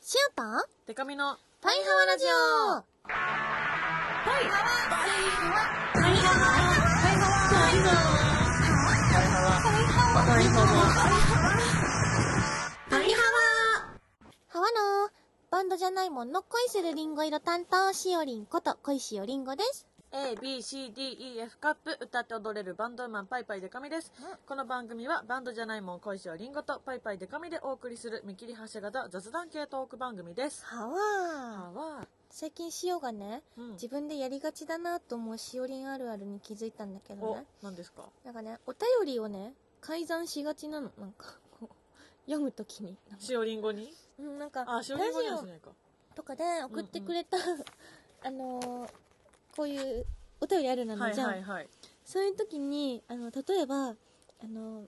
シュートデカミのパイハワラジオハワのバンドじゃないもんの恋するリンゴ色担当しおりんこと恋しおりんごです A, B, C, D, E, F カップ歌って踊れるバンドウーマンパイパイデカミです、この番組はバンドじゃないもん恋しおりんごとパイパイデカミでお送りする見切り発車型雑談系トーク番組ですハあワわ最近しおがね、うん自分でやりがちだなと思うしおりんあるあるに気づいたんだけどおね何ですかなんかねお便りをね改ざんしがちなのなんかこう読むときになんかしおりんごにうんなんかあラしジおりんごにはオしないかとかで送ってくれた、 あのーこういうお便りあるなはのいじゃん、はいはいそういう時にあの例えばあの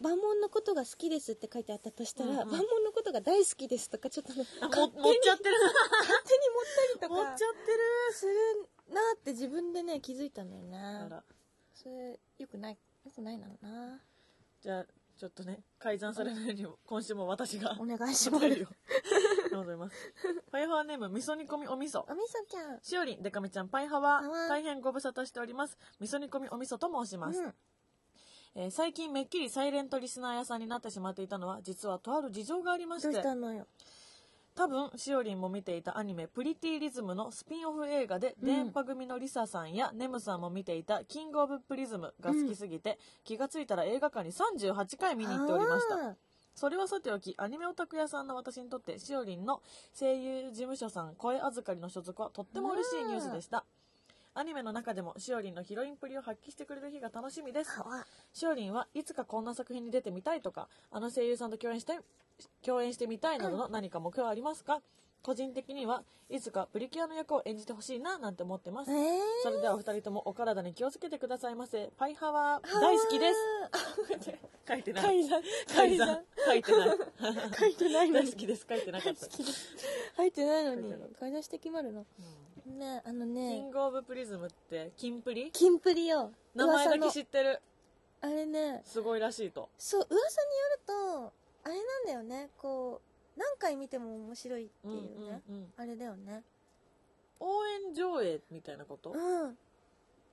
万門のことが好きですって書いてあったとしたら、うんうん万門のことが大好きですとかちょっとねあ勝手もに持っちゃってる勝手に持ったりと持っちゃかってるするなって自分でね気づいたんだよあねらそれよくないよくないなのなじゃあちょっとね改ざんされないように今週も私が お願いしおま便すりをありがとうございますパイハワネーム味噌煮込みお味噌おみそちゃんしおりん、でかみちゃん、パイハワパイハワ、大変ご無沙汰しております。味噌煮込みお味噌と申します。うんえー最近めっきりサイレントリスナー屋さんになってしまっていたのは、実はとある事情がありまどし、うしてたのよ多分、しおりんも見ていたアニメ、プリティリズムのスピンオフ映画で、うん電波組のリサさんやネムさんも見ていた、キングオブプリズムが好きすぎて、気がついたら映画館に38回見に行っておりました。あーそれはさておきアニメオタク屋さんの私にとってしおりんの声優事務所さん声預かりの所属はとっても嬉しいニュースでしたアニメの中でもしおりんのヒロインっぷりを発揮してくれる日が楽しみですかわしおりんはいつかこんな作品に出てみたいとかあの声優さんと共演して共演してみたいなどの何か目標はありますか個人的にはいつかプリキュアの役を演じてほしいななんて思ってますえーそれではお二人ともお体に気をつけてくださいませパイハワー大好 きです書いてない改ざん改ざん書いてない書いてないの大に好きです書いてなかった、 入ってないのに入ってなかっ買い出して決まるのねあのキねングオブプリズムってキンプリキンプリよ名前だけ噂知のってるあれねすごいらしいとそう噂によるとあれなんだよねこう何回見ても面白いってうんいううんね、うんあれだよね応援上映みたいなことうん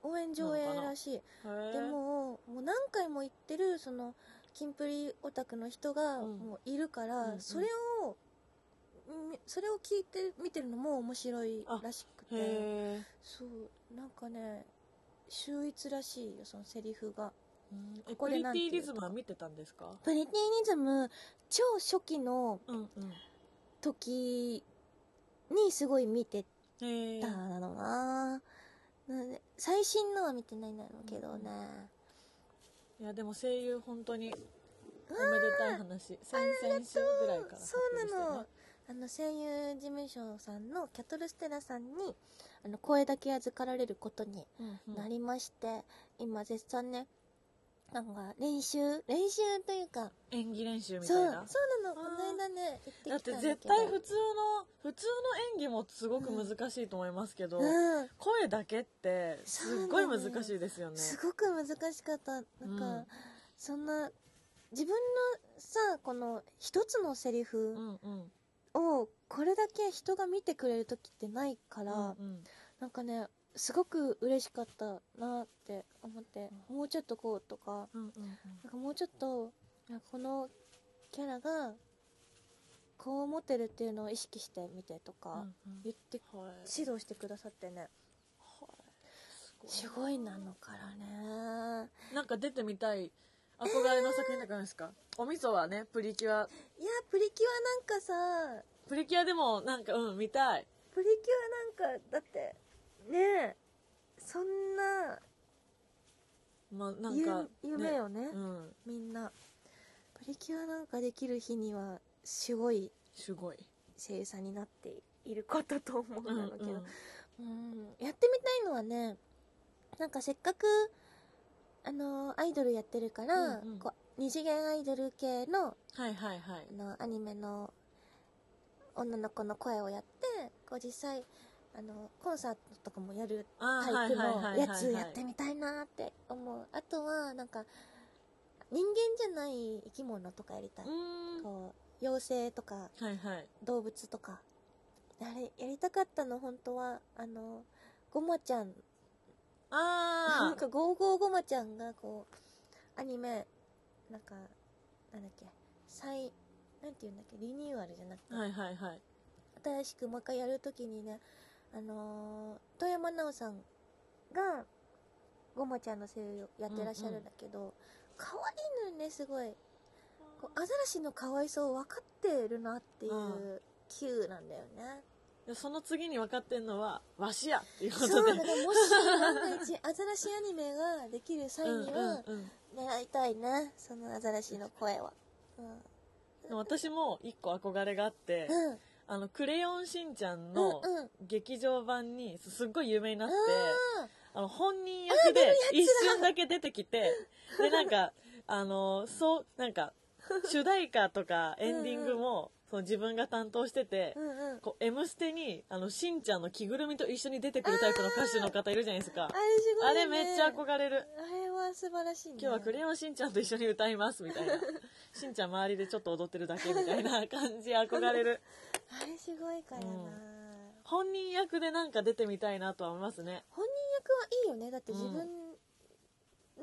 応援上映らしいへーでももう何回も行ってるそのキンプリオタクの人がうんもういるから、うんうんそれをみそれを聞いて見てるのも面白いらしくてへーそうなんかね秀逸らしいよそのセリフがうんえこプでリテなんて言ィうリズムは見てたんですかプリティニズム超初期のうんうん時にすごい見てへえたのななので最新のは見てないんだろうけどねいやでも声優本当におめでたい話先々週ぐらいから発表でしそうたなよのねあの声優事務所さんのキャトルステラさんにあの声だけ預かられることにうんうんなりまして、今絶賛ねなんか練習練習というか演技練習みそたういそうななのこあーの間ねだ行っってきたんだてけど絶対普通の普通の演技もすごく難しいと思いますけど、うん、声だけってすっごい難しいですよねすごく難しかったなんか、うんそんな自分のさこの一つのセリうフんうんをこれだけ人が見てくれる時ってないから、うんなんかねすごく嬉しかったなって思って、もうちょっとこうとかうんうんうんなんかもうちょっとなんかこのキャラがこう思ってるっていうのを意識してみてとうかんうん言って、はい指導してくださってねはいすすごいなのからねごいなんか出てみたい憧れの作品とかないですか、お味噌はねプリキュアいやプリキュアなんかさプリキュアでもなんかうん見たいプリキュアなんかだってねえそんなまあなんゆか、ね、夢よねうんみんなプリキュアなんかできる日にはすごいすごい、声優さんになっていることと思ううんんだうんろうけど、うんやってみたいのはねなんかせっかくあのアイドルやってるから、うんうんこう二次元アイドル系のはいはいはいあのアニメの女の子の声をやってこう実際あのコンサートとかもやるあータイプはのいはいはいやはいつやってみたいなって思うあとはなんか人間じゃない生き物とかやりたいうーんこう妖精とかはいはい動物とかあれやりたかったの本当はあのごまちゃんなあんーかゴーゴーごまちゃんがこうアニメなんかなんだっけ再なんていうんだっけリニューアルじゃなくて、はいはいはい新しくもう一回やるときにねあのー富山奈緒さんがごまちゃんの声優やってらっしゃるんだけど、可愛いのよねすごいこうアザラシの可愛さを分かってるなっていう、うんキューなんだよねでその次に分かってんのはわしやっていうこそとうだでねもし 万が一アザラシアニメができる際うんには、うんうん狙いたいねそのアザラシの声はうんでも私も一個憧れがあって、うんあの「クレヨンしんちゃん」うんのうん劇場版にすすっごい有名になって、ああの本人役で一瞬だけ出てきてでなんかあのそうなんか主題歌とかエンディングもその自分が担当しててー、うんうんこう「M ステに」あのしんちゃんの着ぐるみと一緒に出てくるタイプの歌手の方いるじゃないですかあれすごい、ね、あれめっちゃ憧れるあれは素晴らしいね今日は「クレヨンしんちゃん」と一緒に歌いますみた いなしんちゃん周りでちょっと踊ってるだけみたいな感じ憧 れるあれすごいからな、うん本人役でなんか出てみたいなとは思いますね本人役はいいよねだってうん自分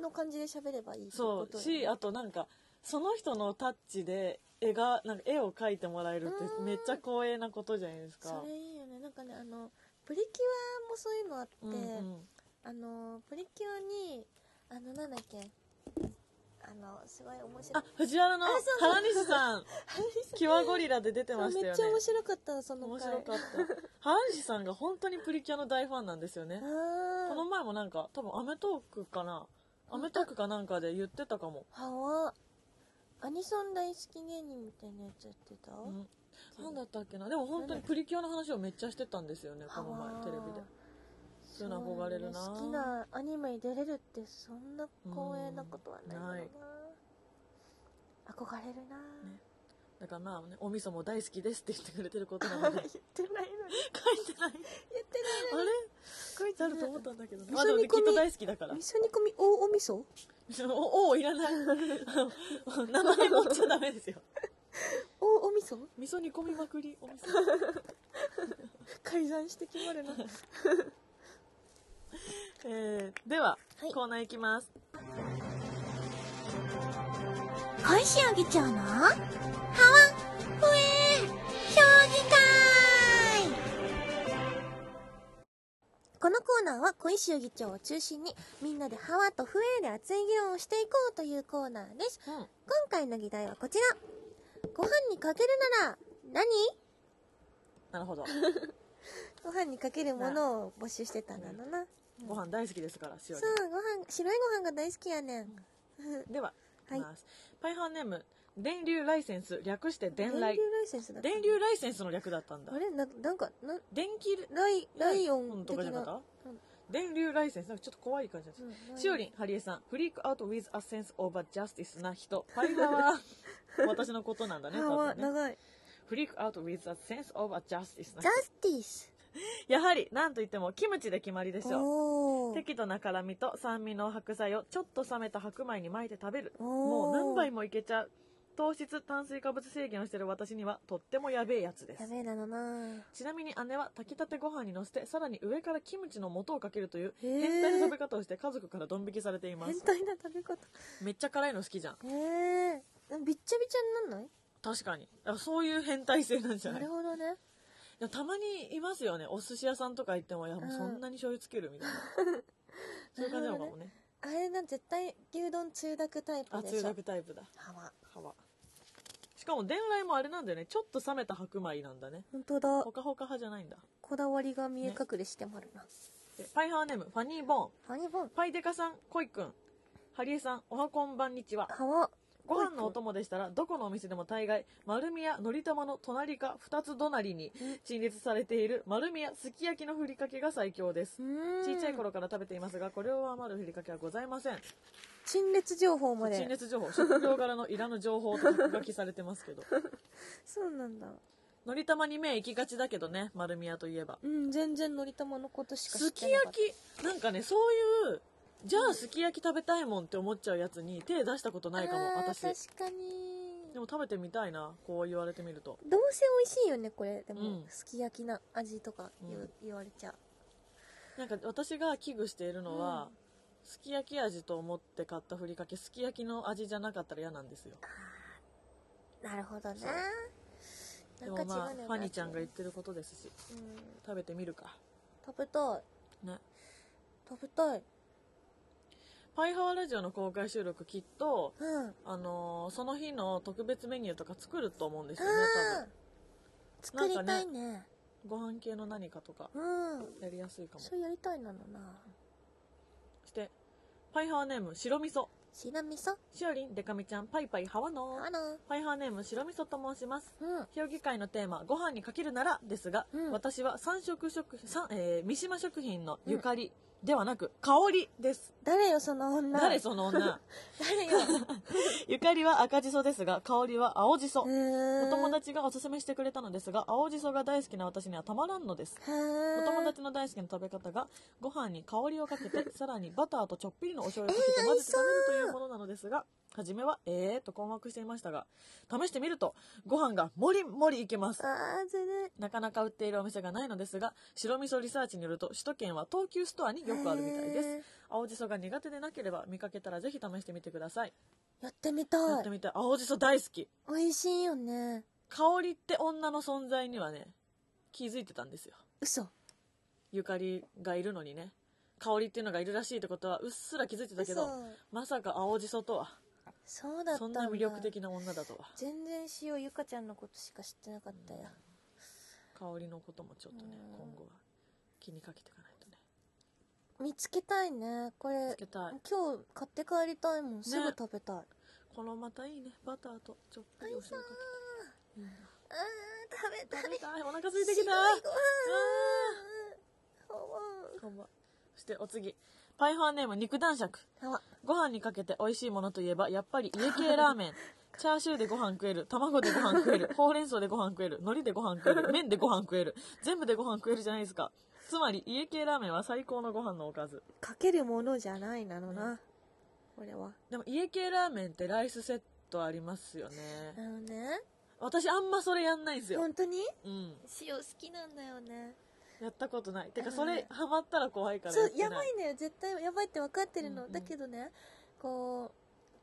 の感じで喋ればいいってそことうよねしあとなんかその人のタッチで絵がなんか絵を描いてもらえるってうんめっちゃ光栄なことじゃないですかそれいいよねなんかねあのプリキュアもそういうのあって、うんうんあのプリキュアにあのなんだっけあのすごい面白あい藤原のあそうそう原 西さんあれす「キュアゴリラ」で出てましためよっねちゃ面白かったその面回白かった原西さんが本当にプリキュアの大ファンなんですよねあこのー前もなんか多分『アメトーク』かな『アメトーク』かなんかで言ってたかも、はわアニソン大好き芸人みたいなやつやってた、うん、なんだったっけなでも本当にプリキュアの話をめっちゃしてたんですよねこの前テレビでそういうの憧れるなそうだね好きなアニメに出れるってそんな光栄なことはないよな、うんない憧れるな、ねだからまあねお味噌も大好きですって言ってくれてること あ 言なっのでてないのに書いてない言ってないあのにれ書いあてると思なっいたんだけど味噌煮込みまあでもねきっと大好きだから味噌煮込み大お味噌おおいらないあの名前持っちゃダメですよ大お味噌 味噌煮込みまくりお味噌 改ざんして決まるな えー、では、はいコーナーいきます小石あげちゃうのはわほえ将棋会このコーナーは小石議長を中心にみんなでハワとフエで熱い議論をしていこうというコーナーです。うん今回の議題はこちら。ご飯にかけるなら何なるほどご飯にかけるものを募集してたんだろうな。ご飯大好きですからしおそうり、ご飯、白いご飯が大好きやねん。では、はいいきますパイハーネーム電流ライセンス略して電電流ラ来イセンスだった電流ライセンスの略だったんだあれななんか、な、電気ライ、ライオうんンと的かじゃなな。かった、うん電流ライセンスなんかちょっと怖い感じです、うんしおりん、ハリエさん、フリークアウト with a sense of justice な人。ファイバ ーは私のことなんだね、歯多は分ね。長 い。フリークアウト with a sense of a justice なジャ人。スティス。やはり、なんといっても、キムチで決まりでしょう。おー適度な辛みと酸味の白菜をちょっと冷めた白米に巻いて食べる。おーもう何杯もいけちゃう。糖質、炭水化物制限をしてる私にはとってもやべえやつですや。べえなのなちなみに姉は炊きたてご飯にのせてさらに上からキムチの素をかけるというへー変態の食べ方をして家族からドン引きされていま変す態な食べ方。めっちゃ辛いの好きじゃんへえー。びっちゃびちゃになんない確かにあそういう変態性なんじゃなないるほどね。でもたまにいますよねお寿司屋さんとか行ってもいやもううんそんなに醤油つけるみたいな、そういう感じなのかもねあれなん絶対牛丼つゆだくタイあプでしょ。中毒タイプだ歯は。幅しかも伝来もあれなんだよねちょっと冷めた白米なんだね本当だほ。かほか派じゃないんだこだわりが見え隠れしてもあるな。でパイハーネームファニーボーンハニボン。パイデカさんコイくんハリエさんおはこんばんにちは歯は。ご飯のお供でしたらどこのお店でも大概丸美屋のり玉の隣か2つ隣に陳列されている丸美屋すき焼きのふりかけが最強ですうーん。小さい。頃から食べていますがこれを上回るふりかけはございません陳列情報ま陳で。列情報食料柄のいらぬ情報と 書きされてますけどそうなんだ。のり玉に目行きがちだけどね丸美屋といえばうん、全然のり玉のことしか知すっきてなか焼った。きなんかねそういうじゃあすき焼き食べたいもんって思っちゃうやつに手出したことないかもあー私確かに。でも食べてみたいなこう言われてみるとどうせ美味しいよねこれでも、うんすき焼きな味とか言,、ううん言われちゃうなんか私が危惧しているのは、うんすき焼き味と思って買ったふりかけすき焼きの味じゃなかったら嫌なんですよなるほどねそうでもなんかまあ違うのよなファニーちゃんが言ってることですしうん食べてみるか食べたいね食べたいパイハワラジオの公開収録きっとうんあのーその日の特別メニューとか作ると思うんですよねあー作りたいね多分ご飯系の何かとかうんやりやすいかもそれやりたいなのなそしてパイハワネーム白味噌しなみさんしおりんでかみちゃんパイパイハワのあらパイハワネーム白味噌と申しますうん評議会のテーマ「ご飯にかけるなら」ですが、うん私は三食食三、えー三島食品のゆかりではなく、香りです誰よその女誰その 女誰よ ゆかりは赤じそですが香りは青じそ、おお友達がおすすめしてくれたのですが青じそが大好きな私にはたまらんのですお友達の大好きな食べ方がご飯に香りをかけて さらにバターとちょっぴりのお醤油をかけて混ぜて食べるというものなのですが初めはえーと困惑していましたが試してみるとご飯がもりもりいけますあーずるいなかなか売っているお店がないのですが白味噌リサーチによると首都圏は東急ストアによくあるみたいですへー青じそが苦手でなければ見かけたらぜひ試してみてくださいやってみやたっいてみたい青じそ大好き美味しいよね香りって女の存在にはね気づいてたんですよ嘘ゆかりがいるのにね香りっていうのがいるらしいってことはうっすら気づいてたけど嘘まさか青じそとはそうだったそんだな魅力的な女だとは全然塩ゆかちゃんのことしか知ってなかったよ香りのこともちょっとねうん今後は気にかけていかないとね見つけたいねこれつけたい今日買って帰りたいもんすぐ食べたい、このまたいいねバターとちょっぴりお醤油かけていいなあー食べたい食べたいお腹空いてきた白いご飯こんばんはそしてお次パイファーネーム肉男爵うんあご飯にかけて美味しいものといえばやっぱり家系ラー メンチャーシューでご飯食える卵でご飯食えるほうれん草でご飯食える海苔でご飯食える麺でご飯食える全部でご飯食えるじゃないですかつまり家系ラーメンは最高のご飯のおかずかけるものじゃないなのな、これはでも家系ラーメンってライスセットありますよねあのね私あんまそれやんないんですよ本当にうん塩好きなんだよねやったことないてうかんそれハマったら怖いからそうってなやばいのよ絶対やばいって分かってるの、うんうんだけどねこう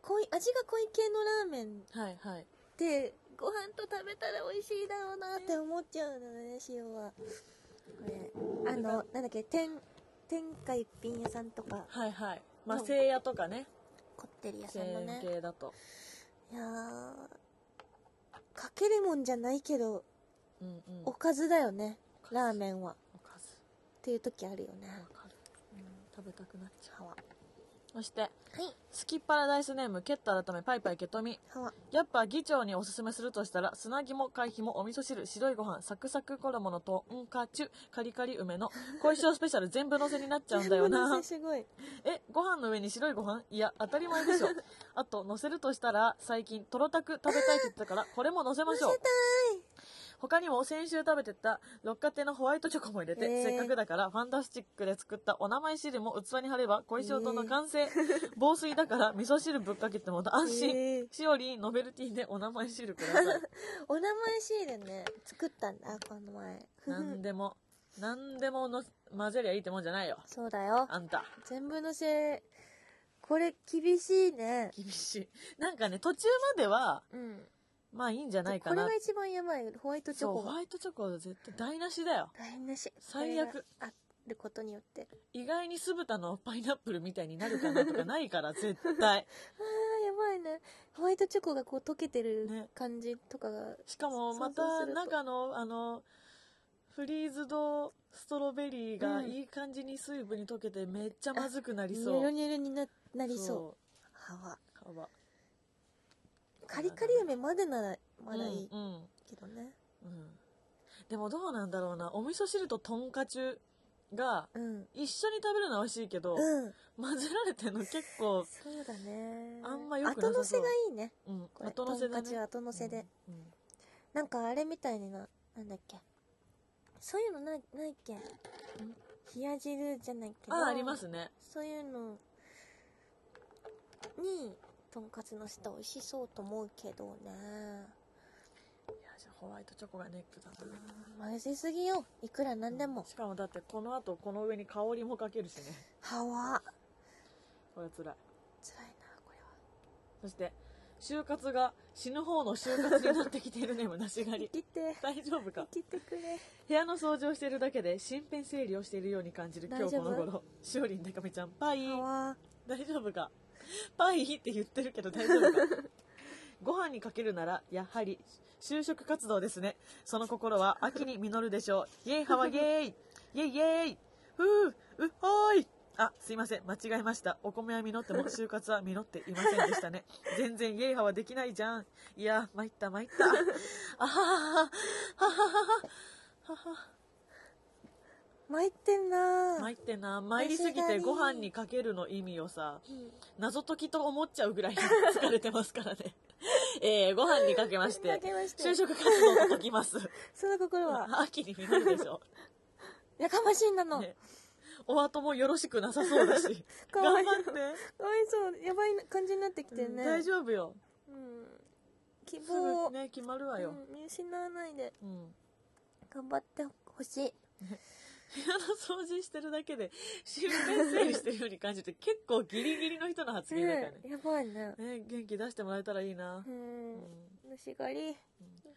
濃い味が濃い系のラーメンっはいはいてご飯と食べたら美味しいだろうなって思っちゃうのね塩はこれあのなんだっけ天天下一品屋さんとかはいはいまあそうせいやとかねこってり屋せさんのね円系だといやーかけるもんじゃないけどうんうんおかずだよねかずラーメンはっおかずていう時あるよねわかる食べたくなっちゃうハワそしてはいスキッパラダイスネームケット改めパイパイケトミハワやっぱ議長におすすめするとしたら砂肝海ひもお味噌汁白いご飯サクサク衣のとんかちゅカリカリ梅の恋生スペシャル全部のせになっちゃうんだよこのな 店すごいえご飯の上に白いご飯いや当たり前で しょあと乗せるとしたら最近トロタク食べたいって言ってたからこれも乗せましょう他にも先週食べてた六花亭のホワイトチョコも入れて、えーせっかくだからファンタスティックで作ったお名前汁も器に貼れば小石との完成、防水だ から味噌汁ぶっかけても安心、えーしおりんノベルティでお名前汁ください お名前シールね作ったんだこの前何でも何でもの混ぜりゃいいってもんじゃないよそうだよあんた全部のせこれ厳しいね厳しいなんかね途中まではうんまあいいんじゃないこかれなが一番やばいホワイトチョそうコホがワイトチョコは絶対台無しだよ大変だし最悪これがあることによってあ意外に酢豚のパイナップルみたいになるかなとかないから絶対ーやばいねホワイトチョコがこう溶けてるね感じとかがし かもま想像すたると中のあのフリーズドストロベリーがうんいい感じに水分に溶けてめっちゃまずくなりニそョロうニョロにななりそうそ歯はう皮カリカリ梅までならまだいいうんうんけどねうんでもどうなんだろうなお味噌汁ととんかつがうん一緒に食べるのは美味しいけど、うん混ぜられてんの結構、そうだねあんま良くなさそう後乗せがいいねうん、これ後乗せだとんかつねは後乗せで、、うんうんなんかあれみたいにななんだっけそういうのないないっけ冷や汁じゃないけどあありますねそういうのにとんかつの下美味しそうと思うけどねいやじゃあホワイトチョコがネックだな混ぜすぎよいくらなんでもしかもだってこの後この上に香りもかけるしね はわこれは辛いなこ辛いれはそして就活が死ぬ方の就活になってきているねむなしが生 りきて大丈夫生かきてくれ部屋の掃除をしているだけで身辺整理をしているように感じる今大日丈こ夫の頃しおりんでかめちゃんパイはわ大丈夫かパイって言ってるけど大丈夫かご飯にかけるならやはり就職活動ですねその心は秋に実るでしょうイエイハワイイエイイエイイエイふううっほーいあすいません間違えましたお米は実っても就活は実っていませんでしたね全然イエイハはできないじゃんいや参った参ったあはははははははは巻いてんな参ってんな参りすぎてご飯にかけるの意味をさ謎解きと思っちゃうぐらい 疲れてますからね えー、ご飯にかけましてかけまして就職活動と解きますその心は 秋に見るでしょ、やかましいんなの、ね、お後もよろしくなさそう だしか頑張わっいそうて、かわいそうやばい感じになってきてね、うん大丈夫ようん希す望を、ぐね決まるわよ、うん見失わないでうん 頑張ってほしい部屋の掃除してるだけで身辺整理してるように感じて結構ギリギリの人の発言だからねやばいねねね元気出してもらえたらいいなう、んうん虫狩り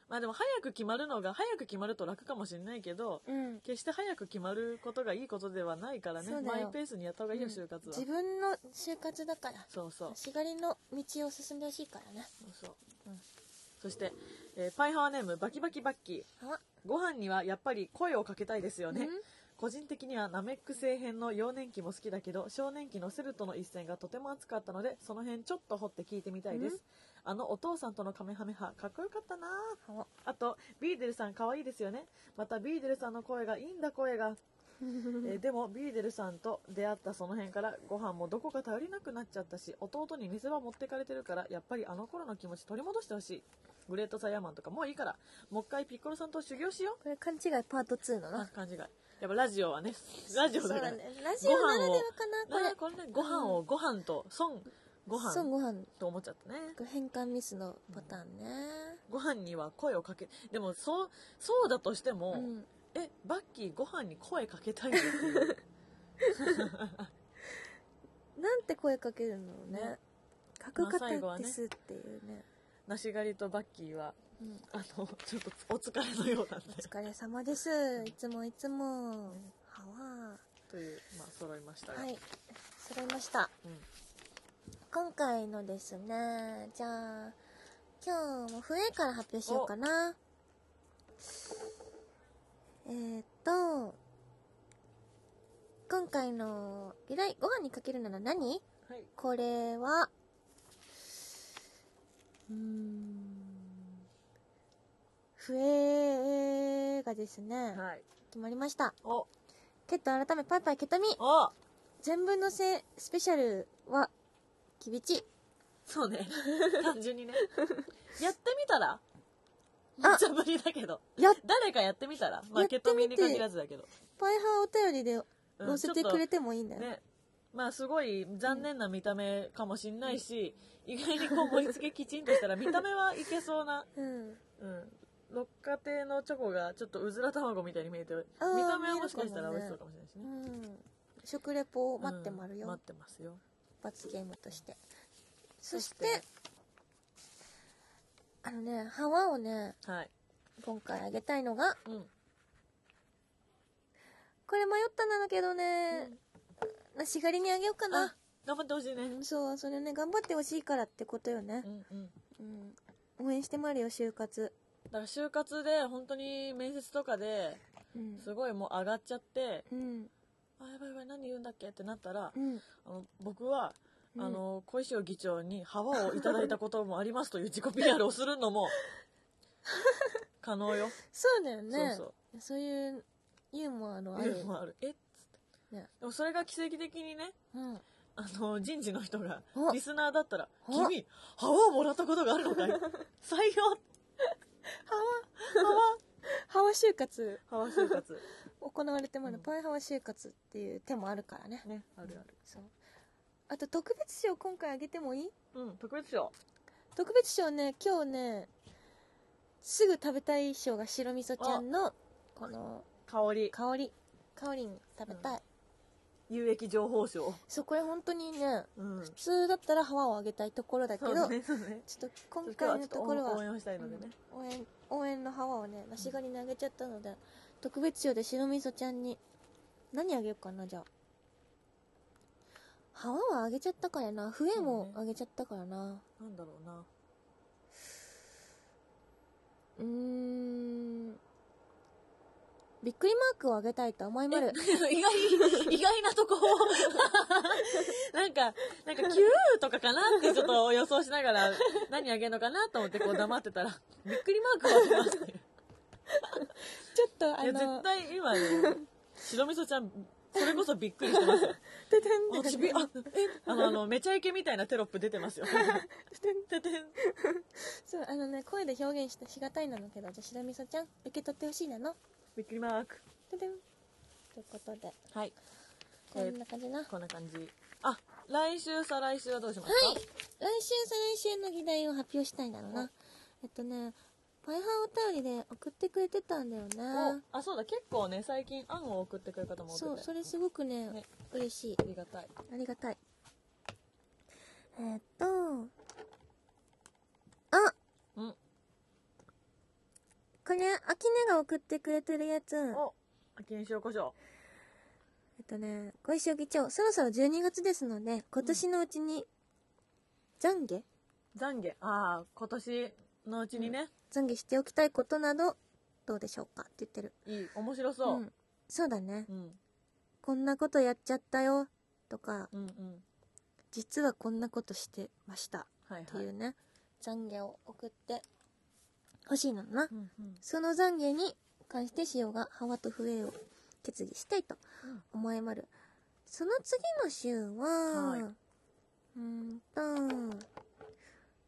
まあでも早く決まるのが早く決まると楽かもしれないけどうん決して早く決まることがいいことではないからねそうだマよイペースにやった方がいいよ就活は、自分の就活だからそうそう虫狩りの道を進んでほしいからねそうそう、うんそして、えーパイハワネームバキバキバッキあーご飯にはやっぱり声をかけたいですよね、うん個人的にはナメック星編の幼年期も好きだけど少年期のセルとの一戦がとても熱かったのでその辺ちょっと掘って聞いてみたいです、うんあのお父さんとのカメハメハかっこよかったなあは わあとビーデルさん可愛いですよねまたビーデルさんの声がいいんだ声がえーでもビーデルさんと出会ったその辺からご飯もどこか頼りなくなっちゃったし弟に店は持ってかれてるからやっぱりあの頃の気持ち取り戻してほしいグレートサイヤーマンとかもういいからもう一回ピッコロさんと修行しよこれ勘違いパート2のうあな勘違いやっぱラジオはねラジオそうだからだねラジオならではかなこなれあこれねご飯をご飯と孫ごそう飯ご飯と思っちゃったね変換ミスのパターンねご飯には声をかけでもそうそうだとしても、うんえバッキーご飯に声か けたいよっていうなんて声かけるのねねかっこよかっまあ最後たはでねすっていうね梨狩りとバッキーはうんあのちょっとお疲れのようなんでお疲れ様ですいつもいつもはわという、まあ、揃いましたが、はい揃いましたうん今回のですねじゃあ今日も笛から発表しようかなえー、っと今回の「由来ご飯にかけるなら何?はい」これはうーん笛がですね、はい、決まりましたおケット改めパイパイケタミお全部のせスペシャルはきびちそう ね単純にねやってみたらあめっちゃ無理だけどやっ誰かやってみたらまあやってみてケトミンに限らずだけど、ぱいはお便りでうん載せてちょくっとれてもいいんだよ、ねまあすごい残念な見た目かもしんないし、意外にこう盛り付けきちんとしたら見た目はいけそうな、うんうん、六花亭のチョコがちょっとうずら卵みたいに見えて見あーた目はもしかしたら美味しそうかもしれないしうねん食レポを待ってまるよ、うん待ってますよ罰ゲームとしてそしてそしてあのね幅をねはい、今回あげたいのがうん、これ迷ったんだけどね、梨狩りにあげようかなあ頑張ってほしいね、うんそうそれね頑張ってほしいからってことよねう、んうん、うん、応援してまるよ就活だから就活で本当に面接とかでうんすごいもう上がっちゃって、うんあやばいやばい何言うんだっけってなったら、うんあの僕は、うんあの小石尾議長に幅をいただいたこともありますという自己 PR をする のも可能よ、そうだよねそうそうそういうユーモアのあ理る由。もあるえっつって、ねでもそれが奇跡的にねうん。あの人事の人がおリスナーだったら「お君幅をもらったことがあるの かい採用ハワ就活幅就活行われてまうるんパイハワ就活っていう手もあるからね。ねあるあるそう。あと特別賞今回あげてもいいうん特別賞特別賞ね今日ねすぐ食べたい賞が白味噌ちゃんのこの香り香り香りに食べたい、有益情報賞そうこれ本当にねうん普通だったら歯をあげたいところだけそうど、だねそうだねちょっと今回のところは応援をしたいのでね、応援応援の幅をねなしがりにあげちゃったので、特別賞で白味噌ちゃんに何あげようかなじゃあ幅はあげちゃったからな笛もあげちゃったからななんだろうなうーんびっくりマークをあげたいと思いまる意外、 意外なとこなんか、なんか、キューとかかなってちょっと予想しながら、何あげるのかなと思ってこう黙ってたら、びっくりマークをあげますね。ちょっとあいや、の絶対今ね、白味噌ちゃん、それこそびっくりしてますよ。ててん私び、 あ、え、あの、あの、めちゃイケみたいなテロップ出てますよ。 ててんそうあのね声で表現したしがたいなのけどじゃあ白味噌ちゃん受け取ってほしいなのびっくりマーク。ててんということではい。こんな感じなこんな感じ。あ、来週、再来週はどうしますはい。来週、再来週の議題を発表したいんだろうな。えっとね、パイハンお便りで送ってくれてたんだよかね。おあ、そうだ、結構ね、最近案を送ってくれる方も多くて。そう、それすごくね、ね嬉しいあ。りがたい。ありがたい。えーっと、あうん。これ、アキネが送ってくれてるやつ。えお、秋に塩胡椒。っとね、ご一緒議長、そろそろ12月ですので、今年のうちに、懺悔懺悔。ああ、今年のうちにね、懺悔しておきたいことなど、どうでしょうかって言ってる。いい、面白そうう。ん、そうだね、うん、こんなことやっちゃったよとかうん、うん。実はこんなことしてましたはいってはいい。うね、懺悔を送って欲しいのな、うんうんその懺悔に関してしおが幅と笛を決議したいと思いまる、その次の週は、はいうーんと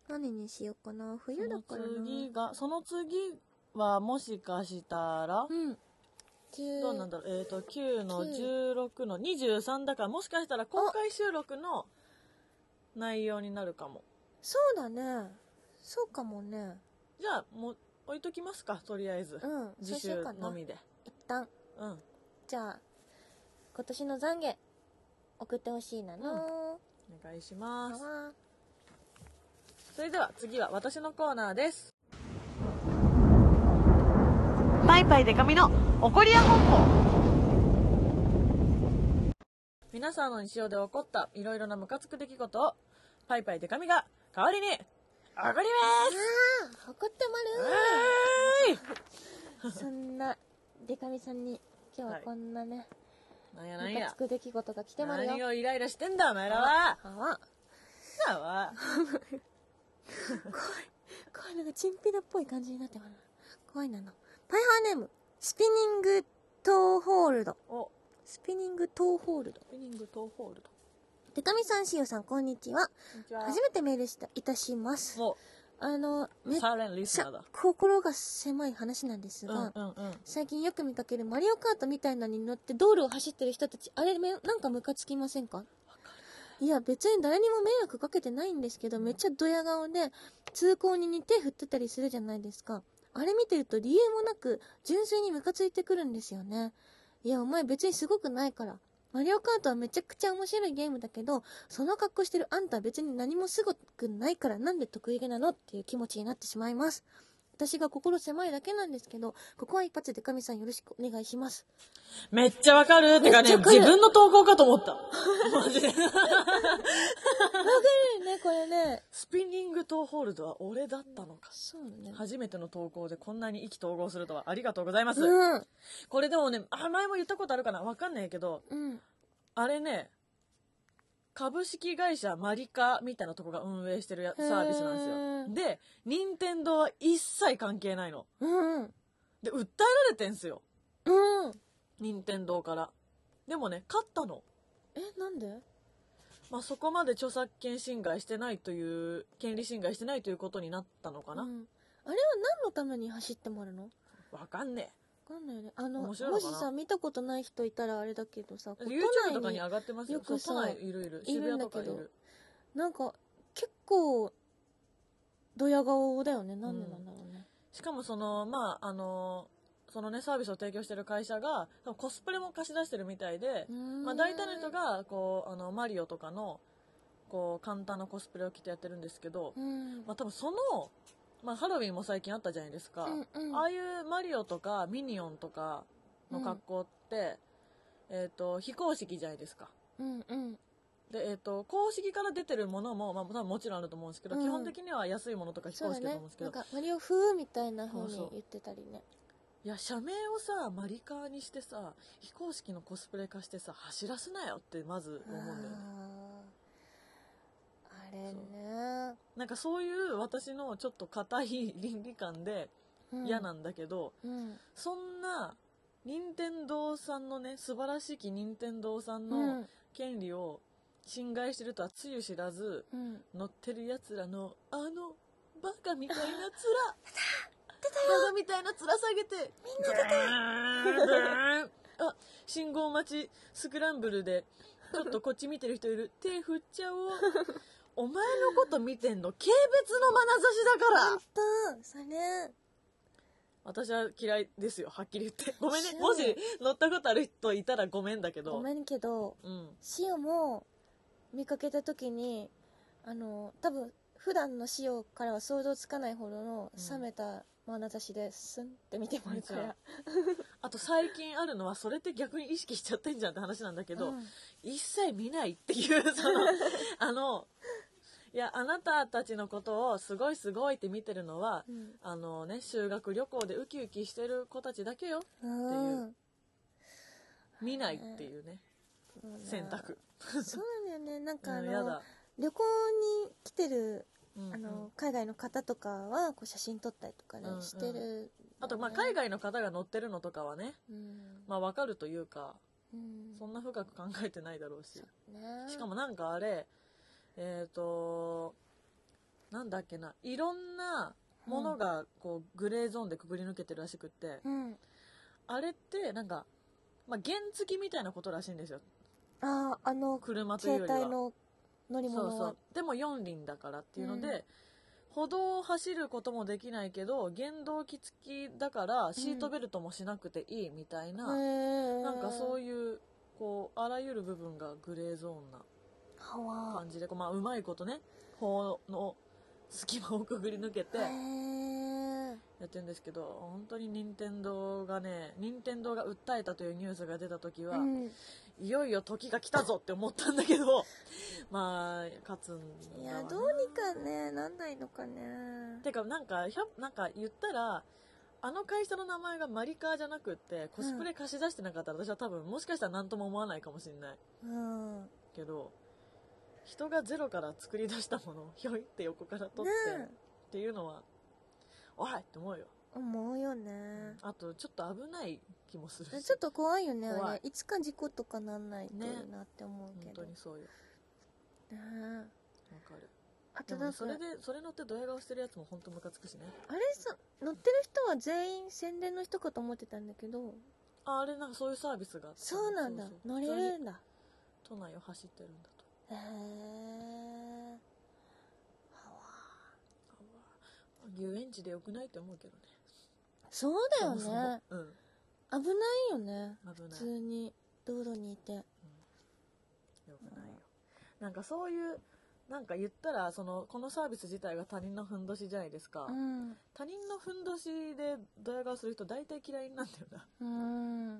何にしようかな冬だそからのな次が、その次はもしかしたら、うん急どうなんだろう、えっ、と、9の16の23だから、もしかしたら公開収録の内容になるかも。そうだねそうかもねじゃあ、もう、置いときますか、とりあえずう。んそ自うしよ習うかなのみで。一旦うん。じゃあ今年の懺悔送ってほしいなの、お願いします。はそれでは次は私のコーナーですパイパイデカミの怒りや本舗皆さんの日常で起こったいろいろなムカつく出来事をパイパイデカミが代わりに怒りまあす怒ってうーまるそんなデカミさんに今日はこんなね、いなんやなんムカやつく出来事が来てまるよ何をイライラしてんだお前らはあわだわこれなんかチンピラっぽい感じになってまる怖いなのパイハーネームスピニングトーホールドおスピニングトーホールドオープニングトーホールドデカミさんしおさんこんにちはこんにちは初めてメールしたいたしますもあのうめっサーレンリスちナゃーだ心が狭い話なんですうが、んうんうん最近よく見かけるマリオカートみたいなのに乗って道路を走ってる人たちあれめなんかムカつきませんかいや別に誰にも迷惑かけてないんですけどめっちゃドヤ顔で通行人に手振ってたりするじゃないですかあれ見てると理由もなく純粋にムカついてくるんですよねいやお前別にすごくないからマリオカートはめちゃくちゃ面白いゲームだけどその格好してるあんたは別に何もすごくないからなんで得意げなのっていう気持ちになってしまいます私が心狭いだけなんですけどここは一発で神さんよろしくお願いしますめっちゃわかるてかめね、っちゃわかる自分の投稿かと思 った。マジで。ねこれねスピニングトーホールドは俺だったのか。そうね初めての投稿でこんなに意気投合するとはありがとうございます。うんこれでもね、あ、前も言ったことあるかなわかんないけど、うんあれね、株式会社マリカみたいなとこが運営してるやへーサービスなんですよ。で、任天堂は一切関係ないの。うんで、訴えられてんすよ。うん任天堂から。でもね、勝ったの。えなんでまあ、そこまで著作権侵害してないという権利侵害してないということになったのかかな、うん、あれは何のために走ってもらうのわかんねかんないよねあの面もし白いのかなさ見たことない人いたらあれだけどさこう YouTube 都とか内にに上がってますよよくさそう都内いるいるい渋るん谷だとけかどいるなんか結構ドヤ顔だよねなんでなんだろうね、しかもそのまああのそのねサービスを提供してる会社が多分コスプレも貸し出してるみたいで、まあ、大体の人がこうあのマリオとかのこう簡単なコスプレを着てやってるんですけど、うんまあ、多分その、まあ、ハロウィンも最近あったじゃないですか、うんうんああいうマリオとかミニオンとかの格好って、えっと非公式じゃないですかうんうんで、えっと公式から出てるものも、まあ、多分もちろんあると思うんですけど、うん基本的には安いものとか非そうだ公式だねと思うんですけなんど、かマリオ風みたいな風にそうそう言ってたりねいや社名をさマリカーにしてさ非公式のコスプレ化してさ走らせなよってまず思うんだよねあーあれねなんかそういう私のちょっと硬い倫理観でうん嫌なんだけど、うんそんな任天堂さんのね素晴らしき任天堂さんうのん権利を侵害してるとはつゆ知らずうん乗ってるやつらのあのバカみたいな面バカみたいな面下げてみんな出た あ信号待ちスクランブルでちょっとこっち見てる人いる手振っちゃおうお前のこと見てんの軽蔑の眼差しだからほんとそれ私は嫌いですよはっきり言ってごめんね そうもし乗ったことある人いたらごめんだけどごめんけどうんシオも見かけた時にあの多分普段のシオからは想像つかないほどのうん冷めた眼差しでスンって見てもらうか見ちゃらう、あと最近あるのはそれって逆に意識しちゃってんじゃんって話なんだけど、うん一切見ないっていう そのあのいやあなたたちのことをすごいすごいって見てるのはうんあのね修学旅行でウキウキしてる子たちだけようん見ないっていうねうん選択そうなんだよねなんかあ うんやのだ旅行に来てるうんあうんの海外の方とかはこう写真撮ったりとかねうんうんしてるあとまあ海外の方が乗ってるのとかはねうんまあわかるというかうんそんな深く考えてないだろうしねしかもなんかあれえっ、となんだっけないろんなものがこうグレーゾーンでくぐり抜けてるらしくって、うんあれってなんか、まあ、原付きみたいなことらしいんですよあああの車という携より帯はの乗りそう物そはうでも4輪だからっていうので、うん歩道を走ることもできないけど原動機付きだからシートベルトもしなくていいみたいな、ななんかそういういうこうあらゆる部分がグレーゾーンなはわ感じでこう、まあ、うまいことね法の隙間をくぐり抜けてへやーってるんですけど本当に任天堂がね任天堂が訴えたというニュースが出た時は、うんいよいよ時が来たぞって思ったんだけど まあ勝つんいだわやなどうにかねなんないのかねてかなんかひゃなんか言ったらあの会社の名前がマリカーじゃなくってコスプレ貸し出してなかったら私は多分もしかしたら何とも思わないかもしれないうんけど人がゼロから作り出したものを ひょいって横から取ねって、えっていうのはおいって思うよ、思うよねあとちょっと危ない気もするしちょっと怖いよね怖あいれいつか事故とかなんないといねいなって思うけ本ど当ねにそうよえわかるあでともね、なんかそれでそれ乗ってドヤ顔してるやつも本当ムカつくしねあれさ乗ってる人は全員宣伝の人かと思ってたんだけどああれなんかそういうサービスがあったねそうなんだそう乗れ普通るにんだ都内を走ってるんだとへえはあ遊園地でよくないって思うけどねわそうだよそもねそもうん危ないよね危普ない通に道路にいてよくないよなんかそういうなんか言ったらそのこのサービス自体が他人のふんどしじゃないですか、うん他人のふんどしでドヤ顔する人大体嫌いなんだよなうん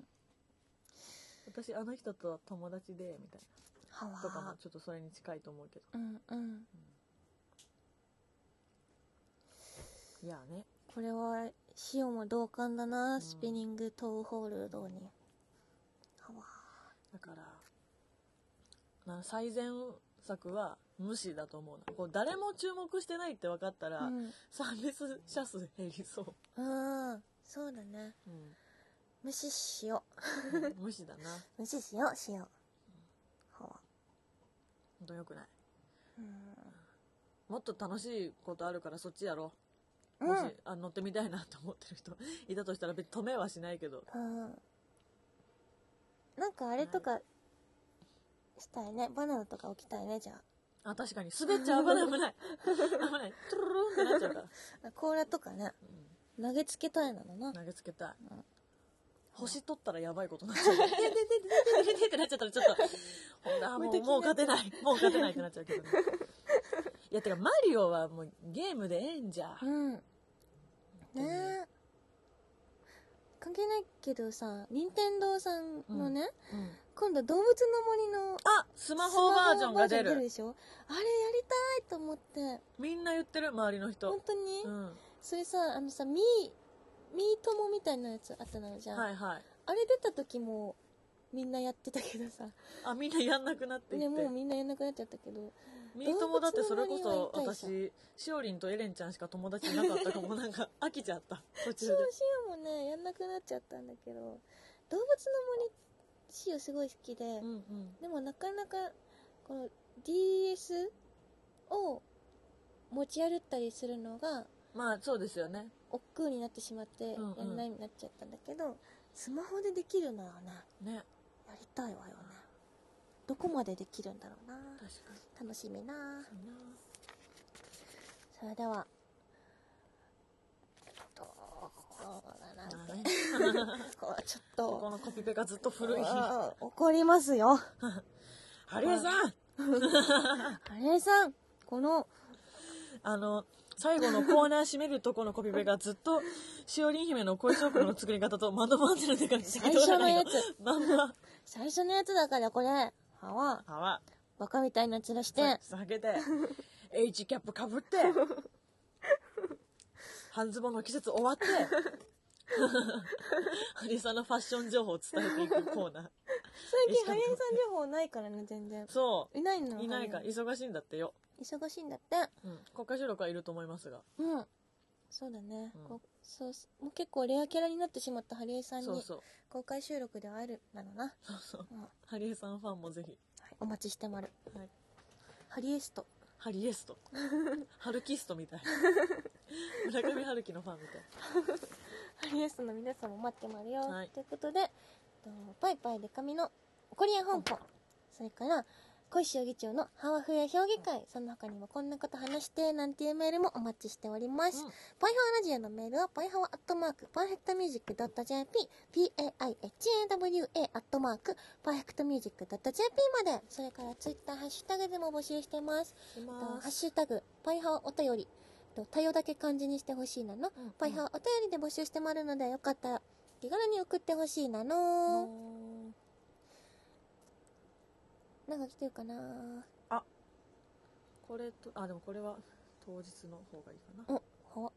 私あの人とは友達でみたいはなとかもわちょっとそれに近いと思うけどうんうんいやねこれは塩も同感だな、んスピニングトーホールドにはわだからな最善策は無視だと思うなこう誰も注目してないって分かったら、うんサービス者数減りそう、うんそうだね無視しようん無視だなう無視しようしようはわ本当よくないうんもっと楽しいことあるからそっちやろうんもし、あ乗ってみたいなと思ってる人いたとしたら別に止めはしないけどうんなんかあれとかしたいねバナナとか置きたいねじゃあ確かに滑っちゃう危ない危ない危ないトゥルルルンってなっちゃうから、あ甲羅とかねう、投げつけたいなのなん 投げつけたい、うん星取ったらやばいことになっちゃうでででででででってなっちゃったらちょっとほんとあも無う敵もうになっ勝ちゃてうないもう勝てないってなっちゃうけどねいやてかマリオはもうゲームでええんじゃうんね当にねえ関係ないけどさ任天堂さんのね、うん今度動物の森のあスマホバージョンが出スマホバージョるでしょあれやりたいと思ってみんな言ってる周りの本人当に、うんそれさあのさミーミートモみたいなやつあったのじゃん、はいはいあれ出た時もみんなやってたけどさあみんなやんなくなっていねっもてうみんなやんなくなっちゃったけどミートもだってそれこそ動物の森は痛い私しおりんとエレンちゃんしか友達いなかったかもなんか飽きちゃった途シ中オでシオもねやんなくなっちゃったんだけど動物の森シオすごい好きで、うんうんでもなかなかこの DS を持ち歩ったりするのがまあそうですよね億劫になってしまってやうんうんんないになっちゃったんだけど、スマホでできるならねねやりたいわよねどこまでできるんだろうな確かに楽しみなそれではどうだなね こうちょっことのコピペがずっと古いあー怒りますよハリエさんあれさんこのあの最後のコーナー締めるとこのコピペがずっとしおりん姫の恋彫刻の作り方とまとまってるって感じ最初のやつまんま最初のやつだからこれ歯はあわバカみたいな面してさ下げて H キャップかぶって半ズボンの季節終わってハリーさんのファッション情報を伝えていくコーナー最し近かハリエさもん情報ないからね全然そいないのういないかハリエ忙しいんだってよ、忙しいんだってうん、国家収録はいると思いますがうんそうだね、うんこうそうすもう結構レアキャラになってしまったハリエさんそうにそう公開収録で会えるなのな、はそうそううんハリーさんファンもぜひい、お待ちしてまる、はいハリエストハリエスト ハルキストみた い村上春樹のファンみたいハリエストの皆さんも待ってまるよ、はいということでえっと「パイパイでかみの「怒りや香港」それから「恋将棋長のハワフや評議会」その他にも「こんなこと話して」なんていうメールもお待ちしております、うんパイハワラジオのメールはパイハワアットマークパーフェクトミュージックドット JPPAIHAWA アットマークパーフェクトミュージックドット JP までそれからツイッターハッシュタグでも募集してますしえっとハまッすシュタグパイハワお便りえっと対応だけ漢字にしてほしいなのうんパイハワお便りで募集してもらうのでよかったら気軽に送ってほしいなうんのなんか来てるかなこれとあでもこれは当日の方がいいかおなは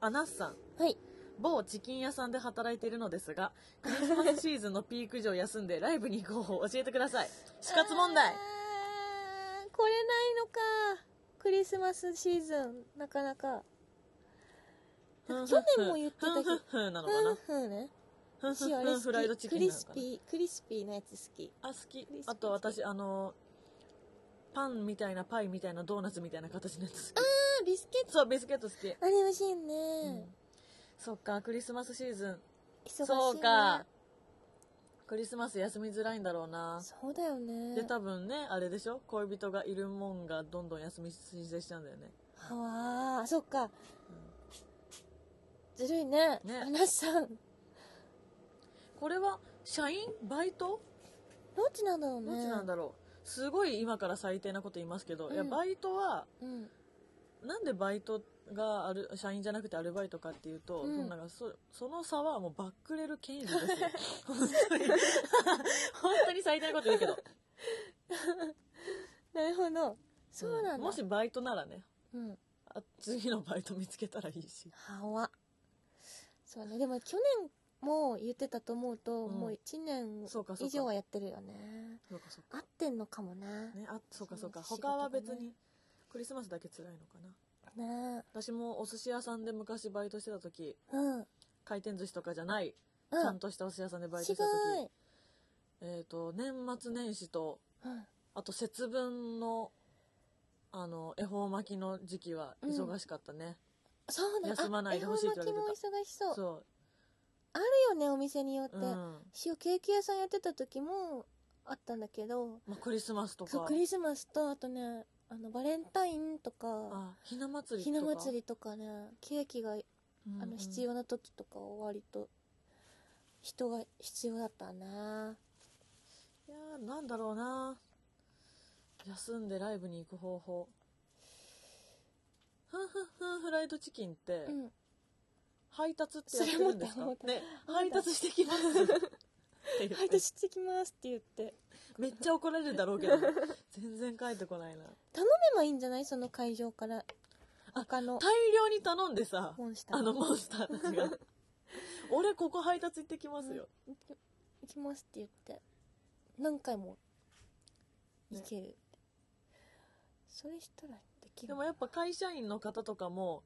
アナッさんはい某チキン屋さんで働いているのですがクリスマスシーズンのピーク時を休んでライブに行く方法を教えてください死活問あー題これないのかクリスマスシーズンなかなか去なんか去年も言ってたけどふんなのかふなんふんねふん私あふんれふんフライド好きチクキンリなのスかなピークリスピーのやつ好きあ好きクリスピーあと私あのパンみたいなパイみたいなドーナツみたいな形のやつ好きあビスケットそうビスケット好き、あれ美味しいね、うんそっかクリスマスシーズン忙しいねそうかクリスマス休みづらいんだろうなそうだよねで多分ねあれでしょ恋人がいるもんがどんどん休み申請しちゃうんだよねはあそっかずるいねねアナさんこれは社員バイトどっちなんだろうねどっちなんだろうすごい今から最低なこと言いますけど、いやうんバイトはうんなんでバイトがある社員じゃなくてアルバイトかっていうと、うんそのなんかそその差はもうバックれる権 利ですよ本当に 本当に最低なこと言うけどなるほどそうなんだ、んもしバイトならねうんあ次のバイト見つけたらいいしはわそうねでも去年も言ってたと思うと、うんもう1年そうかそうか以上はやってるよねそうかそうか合ってんのかもねね、あそうかそうかそう他は別仕事がにクリスマスだけ辛いのかなね私もお寿司屋さんで昔バイトしてた時うんうん回転寿司とかじゃないちゃん違としたお寿司屋さんでバイトした時い、えー、と年末年始とうん、あと節分のあの恵方巻きの時期は忙しかったね、そうなん休まないでほしいって言われてた恵方巻きも忙しそうそあるよねお店によって、う、うんま塩ケーキ屋さんやってた時もあったんだけどあ、クリスマスとかそうクリスマスとあとねあのバレンタインとかあひな祭りひとかな祭りとかねケーキがうんうんあの必要な時とかは割と人が必要だったないやーなんだろうな休んでライブに行く方法ふんふんふんフライドチキンって、うん配達ってやってるんですそれか思ったね思った配達してきますって言配って達してきますって言ってめっちゃ怒られるだろうけどね全然帰ってこないなでもいいんじゃないその会場から他の大量に頼んでさモンスターあのモンスターた ちが俺ここ配達行ってきますよ、行きますって言って何回も行ける、それしたらできでるもやっぱ会社員の方とかも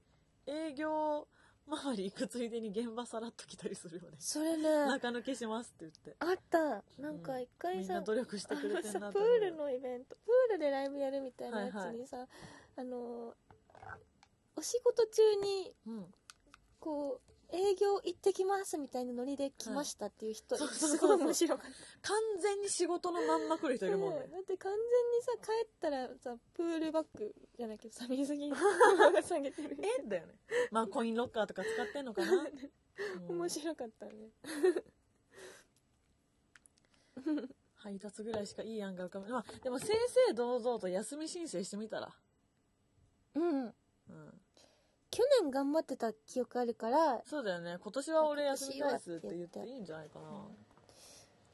営業周り行くついでに現場さらっと来たりするよねそれね中抜けしますって言っあったなんか一て回みんさ,、な努力してくれてあんのなさプと思うールのイベントプールでライブやるみたいなやつにさ、あのお仕事中にうんこう営業行ってきますみたいなノリで来ましたっていう人、はい すごい面白かった完全に仕事のまんま来る人いるも んねうんだって完全にさ帰ったらさプールバッグじゃなきゃさ 水着下げてるえだよねまあコインロッカーとか使ってんの かな、うん面白かったね配達ぐらいしかいい案が浮かぶまあでも正々堂々と休み申請してみたら、うんうん、去年頑張ってた記憶あるからそうだよね今年は俺休みたいっすって言っ今年はって言ってていいんじゃないか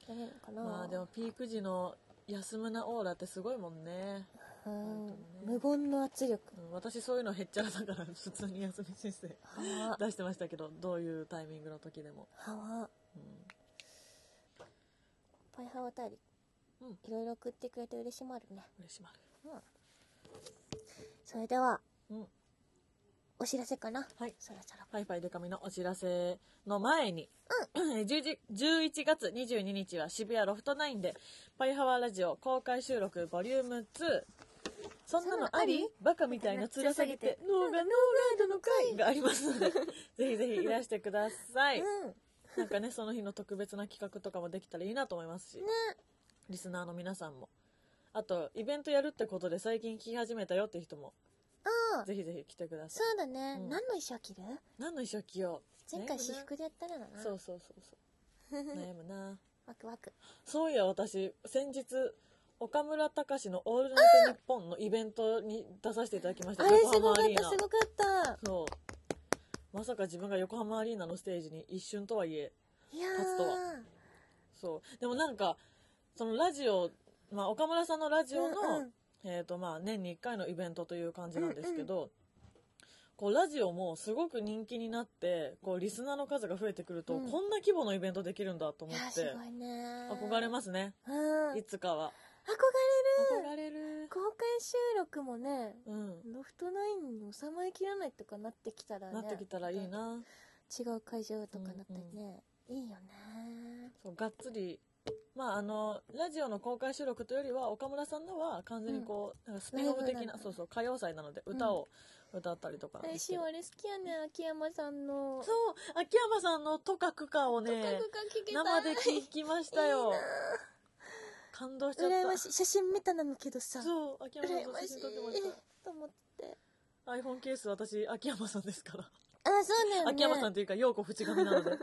ダメなのかな、な、まあでもピーク時の休むなオーラってすごいもんね、うんなるほどね無言の圧力うん、私そういうのへっちゃらだから普通に休み申請はあ出してましたけどどういうタイミングの時でも、はあうんパイハワ大陸うんいろいろ送ってくれて嬉しいもあるね嬉しまるそれではうんお知らせかなはいそろそろファイファイデカミのお知らせの前に、10時11月22日は渋谷ロフト9で、パイハワラジオ公開収録ボリューム2、そんそなのあんなのありりバカみたいな辛さげて、脳がノーライドの会があり ますので、ぜひぜひいらしてください。うんなんかね、その日の特別な企画とかもできたらいいなと思いますし、リスナーの皆さんも。あと、イベントやるってことで最近聞き始めたよって人も、ああぜひぜひ来てくださそい。うだね、うん何の衣装着る何の衣装着よう前回私ね服でやったらだな、そうそうそう そう悩むなワクワクそういや私先日岡村隆史の「オールナイトニッポン」のイベントに出させていただきましあたれ横すご浜アかっリーたナすごかったそうまさか自分が横浜アリーナのステージに一瞬とはいえいやー立つとはそうでもなんかそのラジオ、まあ、岡村さんのラジオの、うんうんえーとまあ、年に1回のイベントという感じなんですけど、こうラジオもすごく人気になってこうリスナーの数が増えてくると、うんこんな規模のイベントできるんだとい思やーっすてごいね憧れすますねうん憧れいるつかは憧れる公開収録もねうんロフトナインに収まりきらないとかなってきたらねなってきたらいいな違う会場とかなったりね、いいよねそうがっつりまああのラジオの公開収録というよりは岡村さんのは完全にこう、なんかスピンオフライブ的ななんだそうそう歌謡祭なので歌を歌ったりとかです私けど、あれ好きやね秋山さんのそう秋山さんの「とかくか」をとかねくか聞けた生で聞きましたよいい感動しちゃっな羨またしい写真見たなのけどさそう秋山さ羨んまの写しい真撮ってましたと思って iPhone ケース私秋山さんですからあそうだよね 秋山さんというか陽子淵上なので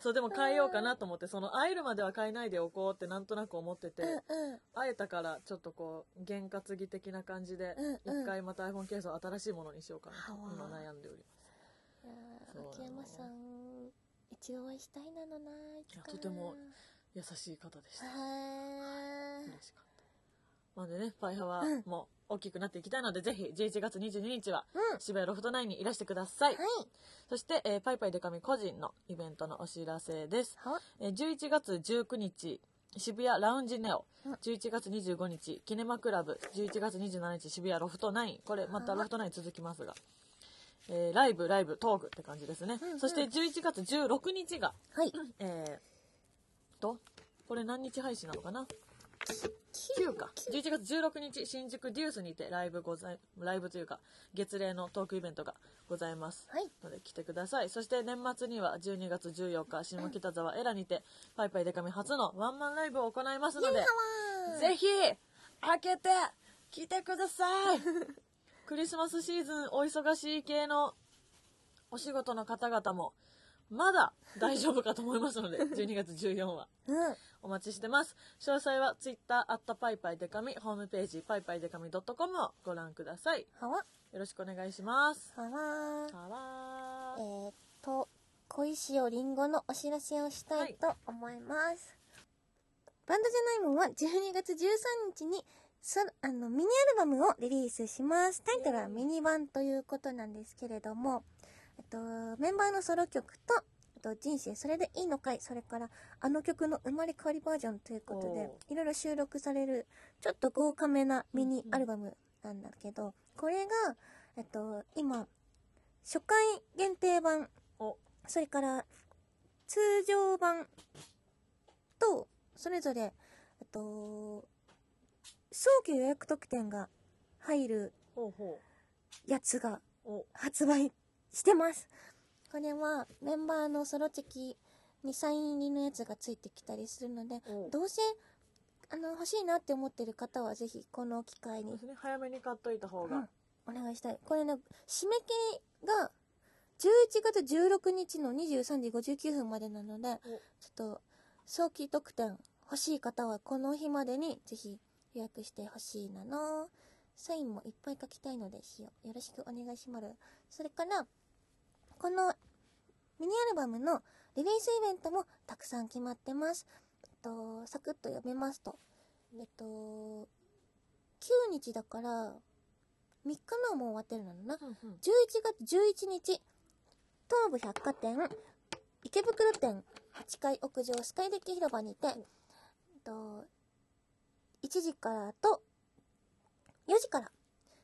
そうでも変えようかなと思ってその会えるまでは変えないでおこうってなんとなく思ってて、うんうん会えたからちょっとこう験担ぎ的な感じでうんうん一回また iPhone ケースを新しいものにしようかなとはわ今悩んでおりいやーそうなの秋山さん一度お会いしたいなのないつかいやとてもます優しい方でしたは嬉しかったなんでねパイハワも大きくなっていきたいので、ぜひ11月22日はうんは渋谷ロフト9にいらしてください、いそして、えーパイパイデカミ個人のイベントのお知らせですはえー11月19日渋谷ラウンジネオうん11月25日キネマクラブ11月27日渋谷ロフト9これまたロフト9続きますが、えーライブライブトークって感じですね、うんうんそして11月16日がはいえー、とこれ何日配信なのかな9か11月16日新宿デュースにてライブございライブというか月例のトークイベントがございますはいので来てくださいそして年末には12月14日下北沢エラにてパイパイデカミ初のワンマンライブを行いますのでぜひ開けて来てくださいクリスマスシーズンお忙しい系のお仕事の方々もまだ大丈夫かと思いますので12月14はうんお待ちしてます詳細は Twitter アットパイパイデカミホームページパイパイデカミ .com をご覧くださいはわよろしくお願いしますはわあらえーーっと小石をりんごのお知らせをしたいと思います、バンドじゃないもんは12月13日にそあのミニアルバムをリリースしますタイトルはミニ版ということなんですけれどもえっとメンバーのソロ曲とあと人生それでいいのかいそれからあの曲の生まれ変わりバージョンということでおいろいろ収録されるちょっと豪華めなミニアルバムなんだけどこれがえっと今初回限定版おそれから通常版とそれぞれえっと早期予約特典が入るほうほやつがうお発売してますこれはメンバーのソロチェキにサイン入りのやつがついてきたりするのでおどうせあの欲しいなって思ってる方はぜひこの機会そうにですね早めに買っといた方うがんお願いしたいこれね締め切りが11月16日の23時59分までなのでちょっと早期特典欲しい方はこの日までにぜひ予約してほしいなのサインもいっぱい書きたいのでしようよろしくお願いしますそれからこのミニアルバムのリリースイベントもたくさん決まってますえっとサクッと読めますとえっと9日だから3日のはもう終わってるのかなうんうん11月11日東武百貨店池袋店8階屋上スカイデッキ広場にて、えっと1時からと4時から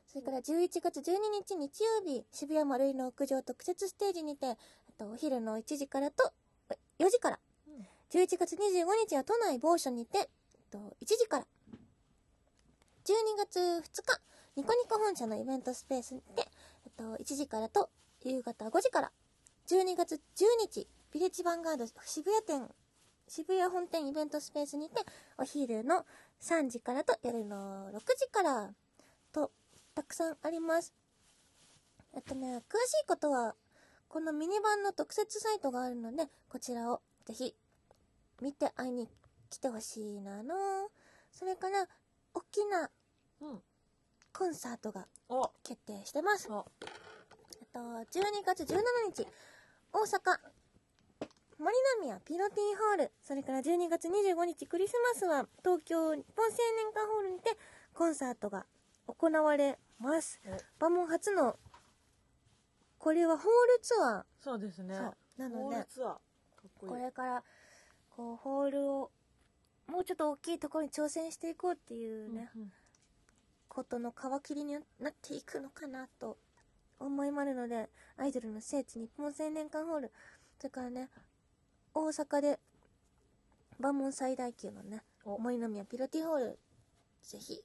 それから11月12日日曜日渋谷丸井の屋上特設ステージにてえっとお昼の1時からとえ4時からうん11月25日は都内某所にてえっと1時から12月2日ニコニコ本社のイベントスペースで、えっと、1時からと夕方5時から12月10日ビレッジヴァンガード渋谷店渋谷本店イベントスペースにてお昼の3時からと夜の6時からとたくさんありますえっとね詳しいことはこのミニ版の特設サイトがあるのでこちらをぜひ見て会いに来てほしいなのそれから大きなうんコンサートがおお決定してます。えっと、12月17日、大阪、森の宮ピロティホール、それから12月25日クリスマスは東京日本青年館ホールにてコンサートが行われます。バモン初の、これはホールツアーそうですねそうなのホールで、ツアーかっこいいこれから、こう、ホールを、もうちょっと大きいところに挑戦していこうっていうね、うんうんことの皮切りになっていくのかなと思いまるのでアイドルの聖地日本青年館ホールそれからね大阪で万門最大級のねお森の宮ピロティホールぜひ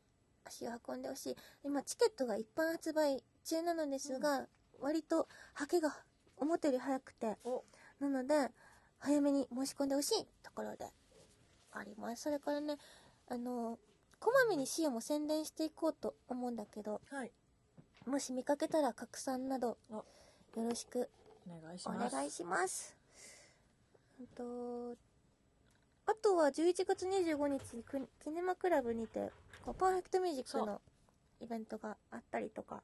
足を運んでほしい今チケットが一般発売中なのですが、割とハケが思ったより早くておなので早めに申し込んでほしいところでありますそれからねあのこまめにシオも宣伝していこうと思うんだけどはいもし見かけたら拡散などおよろしくお願いしおます願いします。うんとあとは11月25日にくキネマクラブにてこうパーフェクトミュージックそのイベントがあったりとか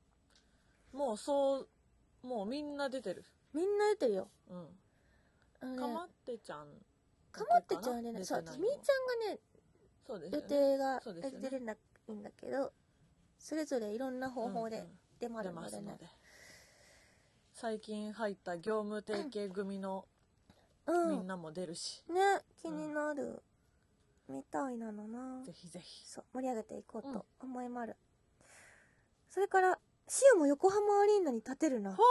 もうそうもうみんな出てるみんな出てるよ。うんあのねかまってちゃんかまってちゃんはね出てないそうみーちゃんがねそうです予よね定がそうですよね出れないんだけどそれぞれいろんな方法うんでうん出回出るのまですのねで最近入った業務提携組のうみんんなも出るし、ね気になるみたいなのなぜひぜひそう盛り上げていこううんと思いまる、それからシオも横浜アリーナに立てるなほ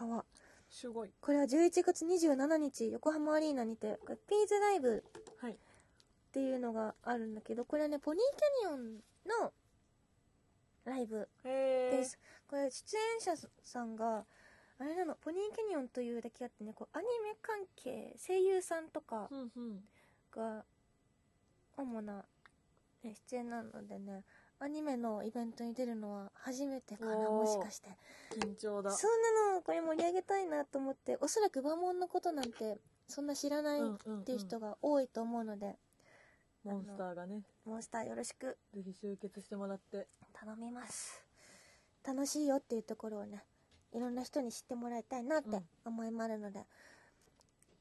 ーはわすごいこれは11月27日横浜アリーナにてこれピーズライブはいっていうのがあるんだけどこれねポニーキャニオンのライブへえです、これ出演者さんがあれなのポニーキャニオンというだけあってねこうアニメ関係声優さんとかうんうんが主な、ね、出演なのでねアニメのイベントに出るのは初めてかなおーもしかして緊張だそんなのこれ盛り上げたいなと思っておそらくバモンのことなんてそんな知らないうんっうんうんていう人が多いと思うので、モンスターがねモンスターよろしくぜひ集結してもらって頼みます楽しいよっていうところをねいろんな人に知ってもらいたいなっうてん思いもあるので、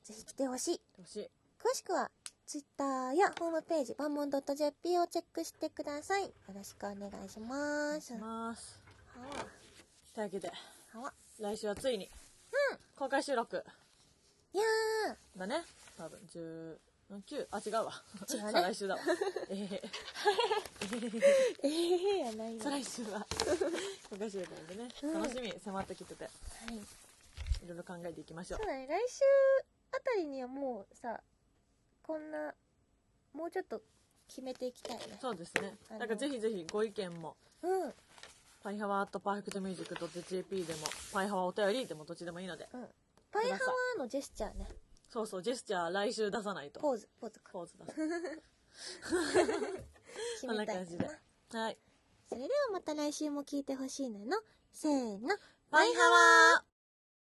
ぜひ来てほしいほしい詳しくは Twitter やホームページバンモン .jp をチェックしてくださいよろしくお願いしお願まいすしますはわというわけではわ来週はついに、公開収録いやだね多分10 9あ違うわ違うね再来 週だわえへへーええやないよ、は再い、来週は公開収録なんでね、うん楽しみ迫ってきてていろいろ考えていきましょうそうだね来週あたりにはもうさこんなもうちょっと決めていきたいねそうですねあのなんかぜひぜひご意見もうんうんパイハワーとパーフェクトミュージック .jp でもパイハワーお便りでもどっちでもいいのでパイハワーのジェスチャーねそうそうジェスチャー来週出さないとポーズポーズかポーズ出す決そんめなたい感じではいそれではまた来週も聞いてほしいなのせーのパイハワー